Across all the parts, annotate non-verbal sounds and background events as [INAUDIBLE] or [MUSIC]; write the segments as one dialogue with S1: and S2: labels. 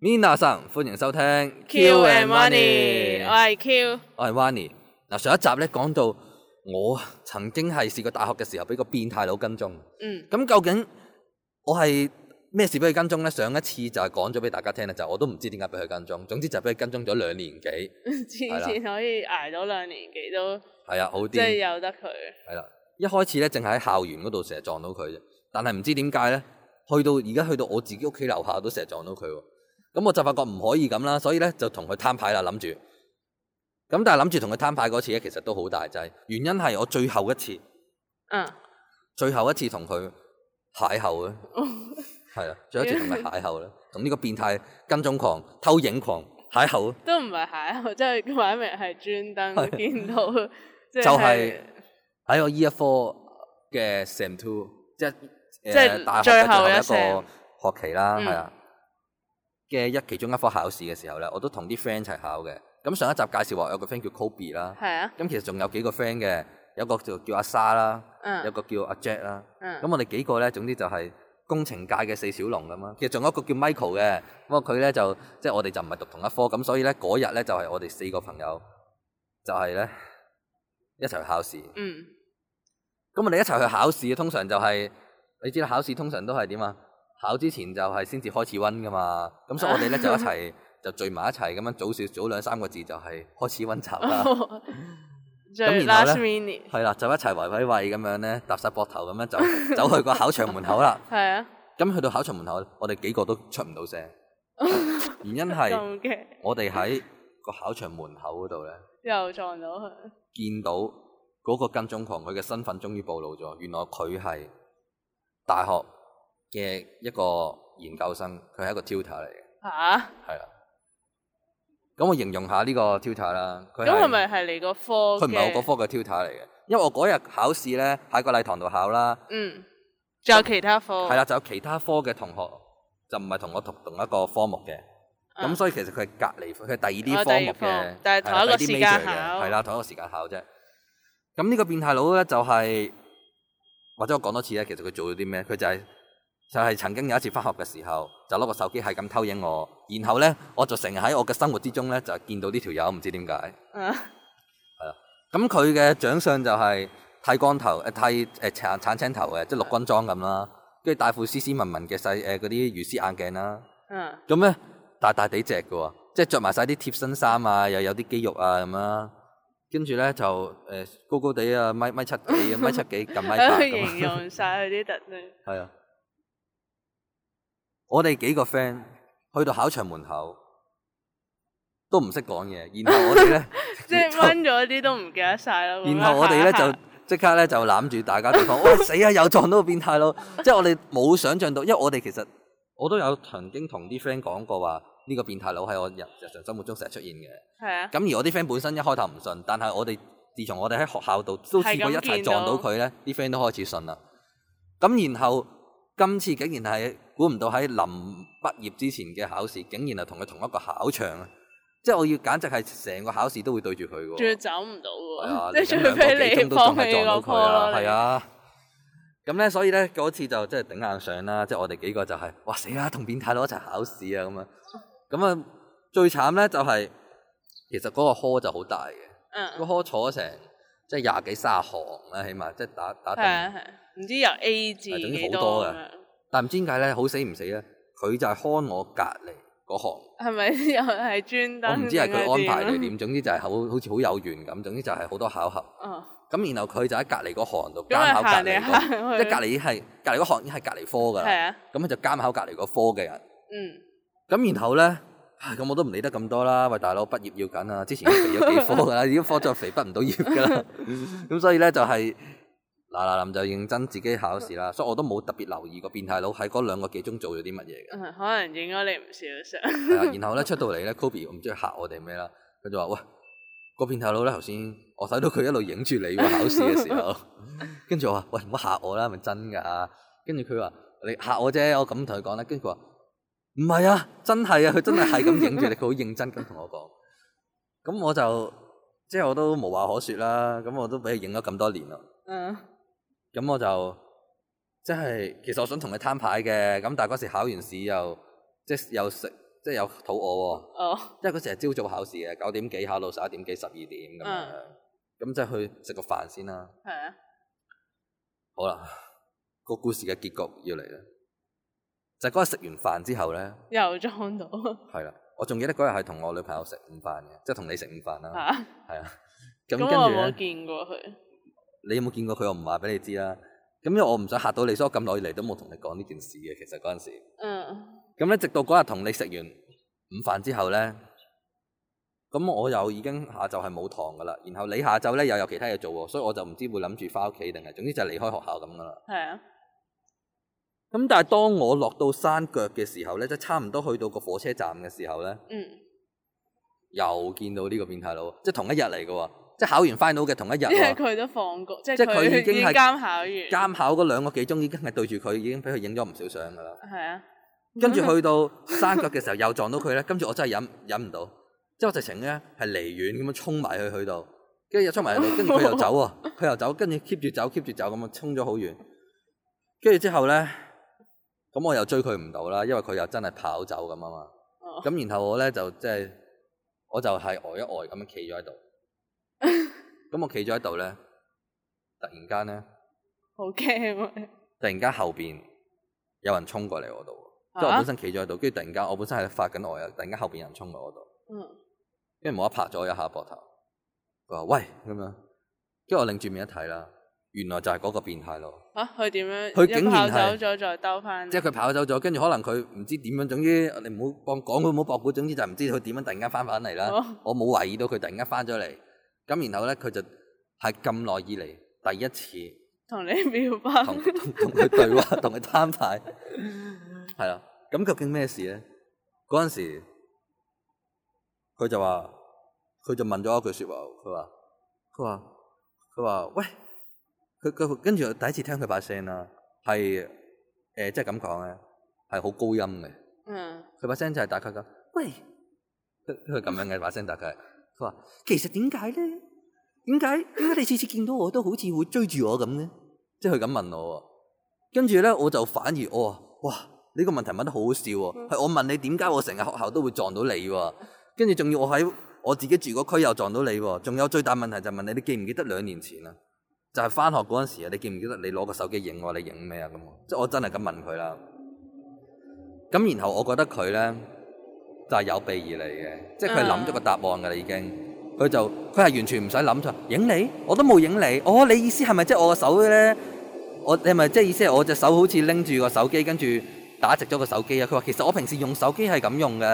S1: Mina 神，歡迎收聽
S2: Q and Money，我
S1: 我
S2: 係 Q，
S1: 係 Wani。嗱，上一集咧講到我曾經係試過大學嘅時候俾個變態佬跟蹤，
S2: 嗯，
S1: 咁究竟我係咩事俾佢跟蹤咧？上一次就係講咗俾大家聽啦，就我都唔知點解俾佢跟蹤，總之就係俾佢跟蹤咗兩年幾，
S2: 之前可以捱到兩年幾都
S1: 係啊，好
S2: 即係
S1: 啲，
S2: 由得佢，
S1: 係啦。一開始咧，淨係喺校園嗰度成日撞到佢啫，但係唔知點解咧，去到而家去到我自己屋企樓下都成日撞到佢喎。咁我就發覺唔可以咁啦，所以咧就同佢攤牌啦，諗住。咁但係諗住同佢攤牌嗰次咧，其實都好大劑。原因係我最後一次，
S2: 嗯，
S1: 最後一次同佢邂逅咧，係啊，最後一次同佢邂逅咧，同呢個變態跟蹤狂、偷影狂邂逅，啊
S2: 都唔係邂 [LAUGHS] 逅，即係擺明係
S1: 係
S2: 專登
S1: [LAUGHS]
S2: 見到，即
S1: 就係喺我依一科嘅 Sam Two，即係
S2: 即
S1: 誒
S2: 係
S1: 大學嘅
S2: 最後一
S1: 最後一個學期啦，
S2: 嗯
S1: 係啊嘅一其中一科考試嘅時候咧，我都同啲 friend 一齊考嘅。咁上一集介紹話有個 friend 叫 Kobe 啦，
S2: 係啊，
S1: 咁其實仲有幾個 friend 嘅，有個就叫阿莎啦，有
S2: 嗯，
S1: 個叫阿 Jack 啦。
S2: 嗯，
S1: 咁我哋幾個咧，總之就係工程界嘅四小龍咁啦。啊其實仲有一個叫 Michael 嘅，不過佢咧就即係我哋就唔係讀同一科，咁所以咧嗰日咧就係我哋四個朋友就係咧一齊去考試。咁
S2: 嗯，
S1: 我哋一齊去考試，通常就係、你知啦，考試通常都係點啊？考之前就係先至開始温噶嘛，咁所以我哋咧就一齊就聚埋一齊咁樣早少早兩三個字就係開始温習
S2: [LAUGHS]
S1: 啦。
S2: 最
S1: 啊然後呢
S2: last minute
S1: 係啦，就一齊圍圍圍咁樣咧，搭晒膊頭咁樣就走去個考場門口啦。
S2: 係啊，
S1: 咁去到考場門口，我哋幾個都出唔到
S2: [LAUGHS]
S1: 聲，原因係
S2: 咁嘅
S1: 我哋喺個考場門口嗰度咧，
S2: 又撞到佢，
S1: 見到嗰個跟蹤狂佢嘅身份終於暴露咗，原來佢係大學嘅一個研究生，佢係一個 tutor 嚟嘅，
S2: 吓，
S1: 係啦。咁我形容下呢個 tutor 啦，佢
S2: 咁係咪係你個科嘅？
S1: 佢唔係我嗰科嘅 tutor 嚟嘅，因為我嗰日考試咧喺個禮堂度考啦。
S2: 嗯，仲有其他科，
S1: 係啦，就有其他科嘅同學就唔係同我讀同一個科目嘅，咁、
S2: 嗯
S1: 所以其實佢係隔離，佢係第
S2: 哦
S1: 二啲
S2: 第
S1: 科
S2: 二
S1: 目嘅
S2: 科，但係
S1: 係啦
S2: 同一個
S1: 第二啲
S2: 時間
S1: major 嘅
S2: 考
S1: 係啦，同一個時間考啫。咁呢個變態佬咧就係、或者我講多次咧，其實佢做咗啲咩？佢就係、就係、曾經有一次翻學嘅時候，就攞個手機係咁偷影我，然後咧我就成日喺我嘅生活之中咧就見到呢條友，唔知點解。
S2: 嗯，
S1: 咁佢嘅長相就係剃光頭，誒剃誒鏟鏟青頭嘅，即係陸軍裝咁啦。跟住戴副斯斯文文嘅細誒嗰啲魚絲眼鏡啦。
S2: 嗯，
S1: 咁咧大大地隻嘅喎，即係着埋晒啲貼身衫啊，又有啲肌肉啊咁啦。跟住咧就誒、高高地啊，米米七
S2: [LAUGHS]
S1: 幾，米七幾近米八
S2: 佢
S1: 咁
S2: [LAUGHS] 形
S1: 樣。
S2: 容晒佢啲特徵，
S1: 係啊，我哋幾個 friend 去到考場門口都唔識講嘢，然後我 [LAUGHS] 哋咧
S2: [LAUGHS] 即係
S1: 就
S2: 掹咗啲都唔記得晒啦。咁
S1: [LAUGHS]
S2: 樣啊
S1: 然後我哋咧
S2: 下
S1: 就即刻咧就攬住大家對
S2: [LAUGHS]
S1: 方，哇死啊！又撞到個變態佬，即係我哋冇想象到，因為我哋其實我都有曾經同啲 friend 講過話，呢、個變態佬喺我日日常生活中成日出現嘅。
S2: 係啊，
S1: 咁而我啲 friend 本身一開頭唔信，但係我哋自從我哋喺學校度都試過一齊撞到佢咧，啲 friend 都開始信啦。咁然後今次竟然係估唔到喺臨畢業之前嘅考試，竟然係同佢同一個考場啊！即係我要簡直係成個考試都會對住佢嘅喎。
S2: 仲要走唔到 [LAUGHS]
S1: 係啊，
S2: 喎，即
S1: 你咁
S2: 係除
S1: 兩個
S2: 非
S1: 幾
S2: 你
S1: 鐘都
S2: 放
S1: 仲係
S2: 棄
S1: 撞
S2: 個
S1: 到
S2: 科
S1: 佢啦，
S2: 咯。
S1: 係啊。咁咧，所以咧嗰次就即係頂硬上啦，即係我哋幾個就係、哇死啦，同變態佬一齊考試啊咁啊，咁啊最慘咧就係、其實嗰個科就好大嘅，
S2: 你，
S1: 個
S2: 嗯，
S1: 科坐咗成即係廿幾卅行啦，起碼即係打打
S2: 係
S1: 定，
S2: 啊係啊，唔知由 A 至
S1: 係總之
S2: 幾
S1: 好多
S2: 多
S1: 㗎
S2: 咁樣，
S1: 但唔知點解咧，好死唔死咧，佢就係看我隔離嗰行。
S2: 係咪 [LAUGHS] 又係專
S1: 我
S2: 登？
S1: 唔知係佢安排定
S2: 點啊？
S1: 點，總之就係好好似好有緣咁，總之就係好多巧合。
S2: 嗯，
S1: 咁然後佢就喺隔離嗰行度
S2: 咁
S1: 監
S2: 咪
S1: 考隔
S2: 行
S1: 離
S2: 嚟
S1: 嗰
S2: 行去，
S1: 即係隔離已經係隔離嗰行已經 [LAUGHS] 係隔離科㗎
S2: 係
S1: 啦，
S2: 啊，
S1: 咁佢就監考隔離嗰科嘅人。
S2: 嗯，
S1: 咁然後咧，唉咁我都唔理得咁多啦。喂，大佬畢業要緊啊，之前肥咗幾科㗎
S2: [LAUGHS]
S1: 啦，已經科再肥畢唔到業㗎啦。咁所以咧就係嗱嗱臨就認真自己考試啦。所以我都冇特別留意個變態佬喺嗰兩個幾鐘做咗啲乜嘢嘅。
S2: 嗯可能影咗你唔少相，
S1: 係啊，然後咧出到嚟咧，Kobe 我唔知佢嚇我哋咩啦，佢就話：喂，個變態佬咧頭先，我睇到佢一路影住你喎考試嘅時候，跟住我話：喂，唔好嚇我啦，係咪真㗎？跟住佢話：你嚇我啫，我咁同佢講啦。跟住佢話：唔係啊，真係啊，佢真係係咁影住你，佢好認真咁同我講。咁我就即係我都無話可説啦，咁我都俾佢影咗咁多年啦。
S2: [LAUGHS] 嗯，
S1: 咁我就即係其實我想同佢攤牌嘅，咁但係嗰時考完試又即係又食即係有肚餓喎。
S2: 哦，
S1: 即係佢成日朝早考試嘅，九點幾考到十一點幾、十二點咁樣
S2: 嗯，
S1: 咁就去食個飯先啦。
S2: 係啊，
S1: 好啦，個故事嘅結局要嚟啦，就係嗰日食完飯之後咧，[LAUGHS]
S2: 又撞到
S1: 係啦，我仲記得嗰日係同我女朋友食午飯嘅，即係同你食午飯啦，
S2: 嚇，
S1: 係啊。咁
S2: 咁
S1: 跟
S2: 我
S1: 住
S2: 冇
S1: 咧，
S2: 見過佢，
S1: 你有冇見過佢？我唔話俾你知啦。咁因為我唔想嚇到你，所以我咁耐以嚟都冇同你講呢件事嘅。其實嗰陣時，
S2: 嗯，
S1: 咁咧直到嗰日同你食完午飯之後咧，咁我又已經下晝係冇堂噶啦，然後你下晝咧又有其他嘢做喎，所以我就唔知會諗住翻屋企定係，總之就係離開學校咁噶啦。
S2: 係啊，
S1: 咁但係當我落到山腳嘅時候咧，即係差唔多去到個火車站嘅時候咧，
S2: 嗯，
S1: 又見到呢個變態佬，即係同一日嚟嘅喎，即係考完 final 嘅同一日
S2: 因為 [LAUGHS]
S1: 喎。
S2: 佢都放過，即
S1: 即
S2: 係
S1: 係佢已經
S2: 經
S1: 係
S2: 監考完，
S1: 監考嗰兩個幾鐘已經係對住佢，已經俾佢影咗唔少相噶啦。
S2: 係啊，
S1: 跟住去到山腳嘅時候又撞到佢咧，跟住我真係忍忍唔到，即係我直情咧係離遠咁樣衝埋去佢度，跟住又衝埋去度，跟住佢又走喎，佢又走，跟住 keep 住走 keep 住走咁啊，衝咗好遠。跟住之後咧，咁我又追佢唔到啦，因為佢又真係跑走咁啊嘛。
S2: 哦
S1: 咁然後我咧就即係我就係呆一呆咁樣企咗喺度。咁我企咗喺度咧，突然間咧，
S2: 好驚啊！
S1: 突然間後邊有人衝過嚟我度喎。即係
S2: 啊
S1: 我本身企咗喺度，跟住突然間我本身係發緊呆啊，突然間後邊有人衝過我度，
S2: 嗯，
S1: 跟住無啦啦拍咗我一下膊頭，佢話喂咁樣，跟住我擰住面一睇啦，原來就係嗰個變態咯，
S2: 嚇啊佢點樣？
S1: 佢竟然
S2: 一炮
S1: 係
S2: 走咗再兜翻，
S1: 即係佢跑走咗，跟住可能佢唔知點樣，總之你唔好講講佢唔好博估，總之就唔知佢點樣突然間翻返嚟啦。
S2: 哦
S1: [LAUGHS] 我冇懷疑到佢突然間翻咗嚟，咁然後咧佢就係咁耐以嚟第一次。
S2: 同你表白，
S1: 同同同佢對話， [LAUGHS] 同佢攤牌，係啦。咁究竟咩事咧？嗰陣時，佢就話，佢就問咗一句説話，佢話，佢話，佢話，喂，佢佢跟住我第一次聽佢把聲啦，係誒、呃即係咁講咧，係好高音嘅。
S2: [LAUGHS] 嗯，
S1: 佢把聲就係大概咁，喂，佢佢係咁樣嘅把聲大概係。佢話其實點解咧？點解點解你次次見到我都好似會追住我咁咧？即係佢咁問我喎。跟住咧，我就反而我話：哇，呢、個問題問得好好笑喎！係我問你點解我成日學校都會撞到你喎？跟住仲要我喺我自己住個區又撞到你喎。仲有最大問題就係問你，你記唔記得兩年前啊？就係翻學嗰陣時啊，你記唔記得你攞個手機影我？你影咩啊？咁喎即係我真係咁問佢啦。咁然後我覺得佢咧就係、有備而嚟嘅，即係佢諗咗個答案㗎啦已經。佢就佢係完全唔使諗就影你，我都冇影你。哦，你意思係咪即係我個手咧？我你係咪即係意思係我隻手好似拎住個手機，跟住打直咗個手機啊？佢話其實我平時用手機係咁用㗎。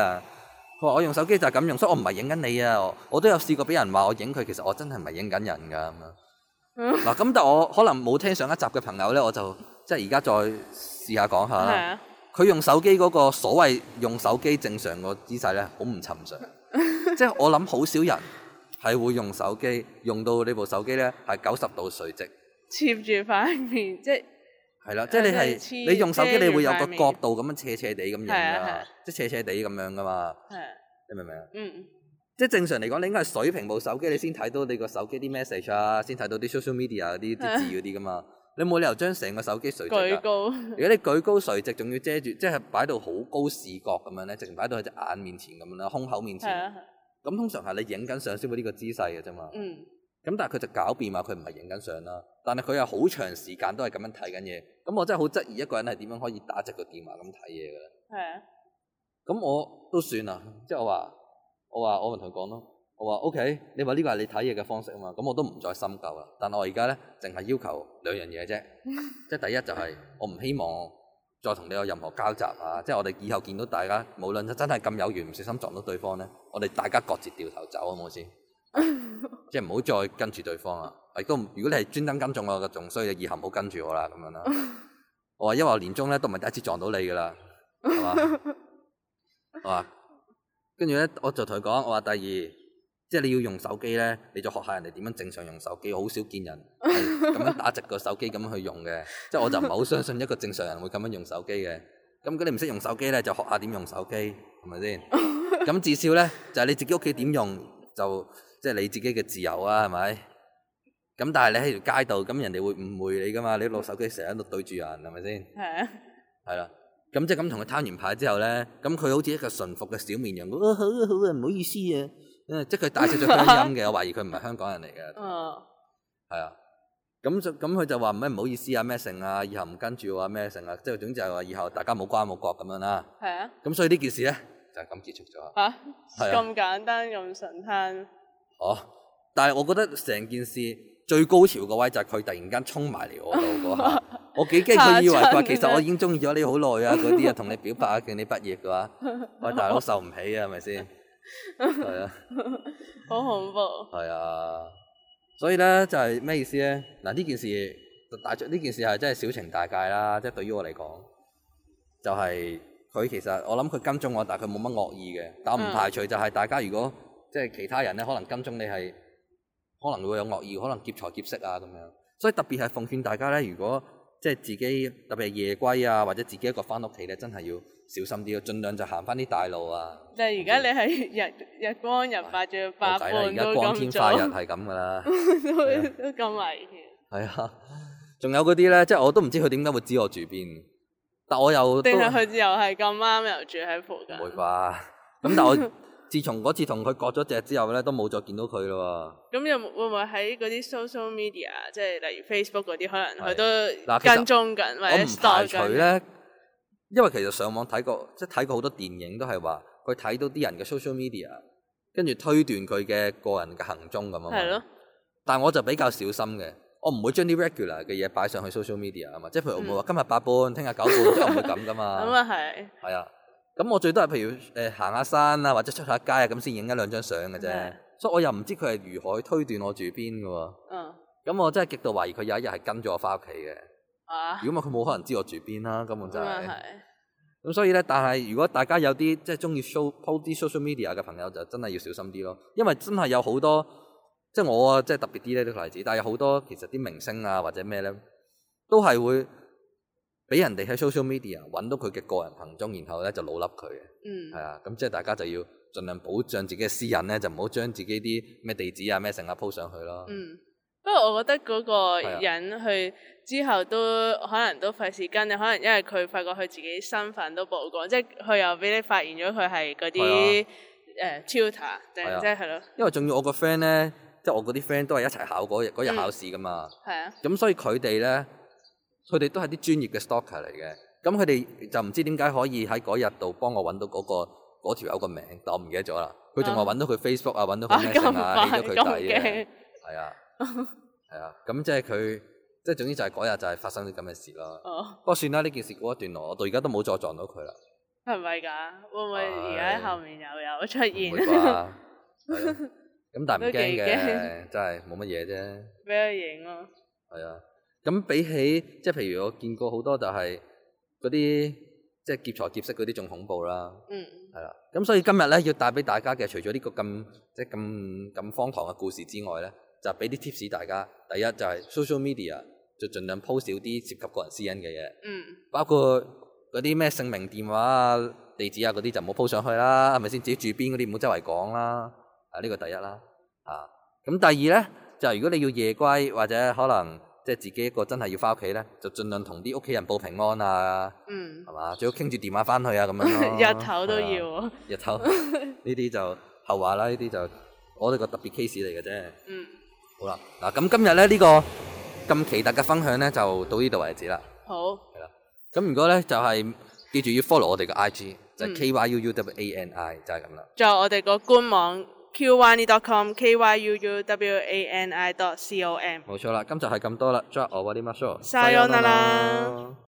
S1: 佢話我用手機就係咁用，所以我唔係影緊你啊！我我都有試過俾人話我影佢，其實我真係唔係影緊人㗎咁樣。
S2: 嗯
S1: 嗱咁，但我可能冇聽上一集嘅朋友咧，我就即係而家再試下講下
S2: 係
S1: 啦。
S2: 啊，
S1: 佢用手機嗰個所謂用手機正常個姿勢咧，好唔尋
S2: [LAUGHS]
S1: 常。即係我諗好少人係會用手機用到你部手機咧係九十度垂直，
S2: 貼住塊面，即係
S1: 係啦，即係你
S2: 係
S1: 係
S2: 啊即係黐
S1: 你用手機你會有個
S2: 遮住塊面
S1: 角度咁樣斜斜地咁樣
S2: 係啊係
S1: 㗎
S2: 啊，
S1: 即係斜斜地咁樣㗎嘛，
S2: 係啊
S1: 你明唔明啊？
S2: 嗯
S1: 即係正常嚟講，你應該係水平部手機，你先睇到你個手機啲 message 啊，
S2: 嗯
S1: 先睇到啲 social media 嗰啲啲字嗰啲㗎嘛。你冇理由將成個手機垂直㗎
S2: 舉。高，
S1: 如果你舉高垂直，仲要遮住，即係擺到好高視角咁樣咧，直情擺到喺隻眼面前咁樣啦，胸口面
S2: 係
S1: 前。
S2: 啊，係啊
S1: 咁通常係你影緊相先會呢個姿勢嘅啫嘛。
S2: 嗯
S1: 咁但係佢就狡辯話佢唔係影緊相啦，但係佢又好長時間都係咁樣睇緊嘢。咁我真係好質疑一個人係點樣可以打直個電話咁睇嘢嘅咧。
S2: 係啊，
S1: 咁我都算啦，即係我話我話我咪同佢講咯，我話 OK，你話呢個係你睇嘢嘅方式啊嘛，咁我都唔再深究啦。但係我而家咧，淨係要求兩樣嘢啫，即係第一就係我唔希望再同你有任何交集啊，即係我哋以後見到大家，無論真係咁有緣唔小心撞到對方咧，我哋大家各自掉頭走啊好唔好先？即係唔好再跟住對方啊！亦都唔如果你係專登跟中我嘅，仲衰你以後唔好跟住我啦咁樣啦。我話因為我年中咧都唔係第一次撞到你噶啦，係嘛？係嘛？跟住咧，我就同佢講，我話第二，即係你要用手機咧，你就學下人哋點樣正常用手機。我好少見人係咁樣打直個手機咁樣去用嘅，即係我就唔係好相信一個正常人會咁樣用手機嘅。咁如果你唔識用手機咧，就學下點用手機，係咪先？咁至少咧就係、你自己屋企點用，就即係你自己嘅自由啊，係咪？咁但係你喺條街度，咁人哋會誤會你噶嘛？你攞手機成日喺度對住人，係咪先？
S2: 係啊，
S1: 係啦。咁即係咁同佢攤完牌之後咧，咁佢好似一個馴服嘅小綿羊，啊好啊好啊，唔好意思啊，誒即係佢大隻咗鄉音嘅，我懷疑佢唔係香港人嚟嘅，
S2: 啊，
S1: 係啊。咁就咁佢就話咩唔好意思啊咩成啊，以後唔跟住我啊咩成啊，即係總之係話以後大家冇瓜冇葛咁樣啦。
S2: 係啊，
S1: 咁所以呢件事咧就係咁結束咗。
S2: 吓
S1: 係啊
S2: 咁簡單咁神探，
S1: 哦，但係我覺得成件事最高潮個位就係佢突然間衝埋嚟我度嗰下，我幾驚佢以為佢話其實我已經中意咗你好耐啊嗰啲啊，同你表白啊，叫你畢業嘅話，喂大佬受唔起啊，係咪先？係啊，
S2: 好恐怖，
S1: 係啊，所以咧就係、咩意思咧？嗱呢件事大呢件事係真係小情大戒啦，即係對於我嚟講，就係、佢其實我諗佢跟蹤我，但係佢冇乜惡意嘅，但我唔
S2: 嗯
S1: 排除就係大家如果即係其他人咧，可能跟蹤你係可能會有惡意，可能劫財劫色啊咁樣。所以特別係奉勸大家咧，如果即係自己特別係夜歸啊，或者自己一個翻屋企咧，真係要小心啲，盡量就行翻啲大路啊。
S2: 但係而家你係日日光日白，仲要八
S1: 我仔啦，而
S2: 半
S1: 家
S2: 都
S1: 光天
S2: 咁
S1: 化
S2: 早
S1: 日，係啊咁噶啦。係
S2: [LAUGHS] 都都咁危險。
S1: 係啊，仲有嗰啲咧，即係我都唔知佢點解會知我住邊，但我又都
S2: 定係
S1: 唔
S2: 佢又係咁啱又住喺附近？
S1: 會啩。咁但我自從嗰次同佢割咗隻之後咧，都冇再見到佢咯
S2: 咁又會唔會喺嗰啲 social media，即係例如 Facebook 嗰啲，可能佢都
S1: 嗱其實
S2: 跟蹤
S1: 喎。
S2: 緊或
S1: 我唔
S2: 者
S1: 排
S2: stalk
S1: 除
S2: 緊？
S1: 咧，因為其實上網睇過，即係睇過好多電影都係話佢睇到啲人嘅 social media，跟住推斷佢嘅個人嘅行蹤咁啊嘛。
S2: 係咯，
S1: 但我就比較小心嘅，我唔會將啲 regular 嘅嘢擺上去 social media 啊嘛，即係譬如我唔會話今日八半，聽日九半，即係我唔會咁噶嘛。
S2: 嗯咁啊係，
S1: 係啊，咁我最多係譬如誒行下山啊，或者出下街啊，咁先影一兩張相嘅啫
S2: 嗯。
S1: 所以我又唔知佢係如何去推斷我住邊嘅喎。
S2: 嗯
S1: 咁我真係極度懷疑佢有一日係跟咗我翻屋企嘅。
S2: 啊，
S1: 如果唔係，佢冇可能知我住邊啦，根本就
S2: 咁啊
S1: 係、
S2: 係，
S1: 咁所以咧，但係如果大家有啲即係中意 show po 啲 social media 嘅朋友，就真係要小心啲咯，因為真係有好多即係我啊，即係特別啲呢啲例子，但係有好多其實啲明星啊或者咩咧，都係會俾人哋喺 social media 揾到佢嘅個人行蹤，然後咧就老笠佢嘅。係
S2: 嗯
S1: 啊，咁即係大家就要盡量保障自己嘅私隱咧，就唔好將自己啲咩地址啊咩成啊 po 上去咯。
S2: 嗯。不過我覺得嗰個
S1: 係啊
S2: 人去之後都可能都費事跟你，可能因為佢發覺佢自己身份都曝光，即係佢又俾你發現咗佢係嗰啲誒 tutor 定
S1: 啊係啊
S2: 即係係咯，
S1: 因為仲要我個 friend 咧，即係我嗰啲 friend 都係一齊考嗰日嗰日
S2: 嗯
S1: 考試噶嘛，
S2: 係啊，
S1: 咁、所以佢哋咧，佢哋都係啲專業嘅 stalker 嚟嘅，咁佢哋就唔知點解可以喺嗰日度幫我揾到嗰、個嗰條友個名，但我唔記得咗啦。佢仲話
S2: 啊
S1: 揾到佢 Facebook 啊，揾到
S2: 啊
S1: 佢咩
S2: 咁
S1: 成啊，起
S2: 快
S1: 咗佢
S2: 咁
S1: 底嘅
S2: 驚，，
S1: 係啊，係啊，咁即係佢，即係總之就係嗰日就係發生咗咁嘅事咯。
S2: 哦。
S1: 不過算啦，呢件事過一段落，我到而家都冇再撞到佢啦。
S2: 係咪㗎？會唔會而家喺後面又有出
S1: 唔
S2: 現
S1: 會啩？係
S2: 啊？
S1: 啊咁但係唔
S2: [LAUGHS] 都幾
S1: 驚嘅，
S2: 驚
S1: 真係冇乜嘢啫。
S2: 俾佢影咯，
S1: 係啊，咁比起即係譬如我見過好多就係嗰啲即係劫財劫色嗰啲仲恐怖啦。
S2: 嗯，
S1: 係啦，咁所以今日咧要帶俾大家嘅，除咗呢個咁即係咁咁荒唐嘅故事之外咧，就俾啲 tips 大家。第一就係 social media 就盡量 post 少啲涉及個人私隱嘅嘢。
S2: 嗯，
S1: 包括嗰啲咩姓名、電話啊、地址啊嗰啲就唔好 po 上去啦，係咪先？自己住邊嗰啲唔好周圍講啦。啊，呢個第一啦。啊，咁第二咧就係如果你要夜歸或者可能即係自己一個真係要翻屋企咧，就盡量同啲屋企人報平安啊，
S2: 嗯，
S1: 係嘛？最好傾住電話翻去啊咁樣咯。
S2: [LAUGHS] 日頭都
S1: 係啊
S2: 要喎，
S1: 日頭 [LAUGHS] 呢啲就後話啦，呢啲就我哋個特別 case 嚟嘅啫。
S2: 嗯，
S1: 好啦，嗱咁今日咧呢個咁奇特嘅分享咧就到呢度為止啦。
S2: 好，
S1: 係啦。咁如果咧就係、記住要 follow 我哋嘅 IG，就係
S2: 嗯
S1: K Y U U W A N I 就係咁啦。
S2: 仲有我哋個官網 qyani.com k y u u w a n i dot c o m。
S1: 冇錯啦，今集係咁多啦。Jack 我 Wadi m a s h o
S2: Sayonara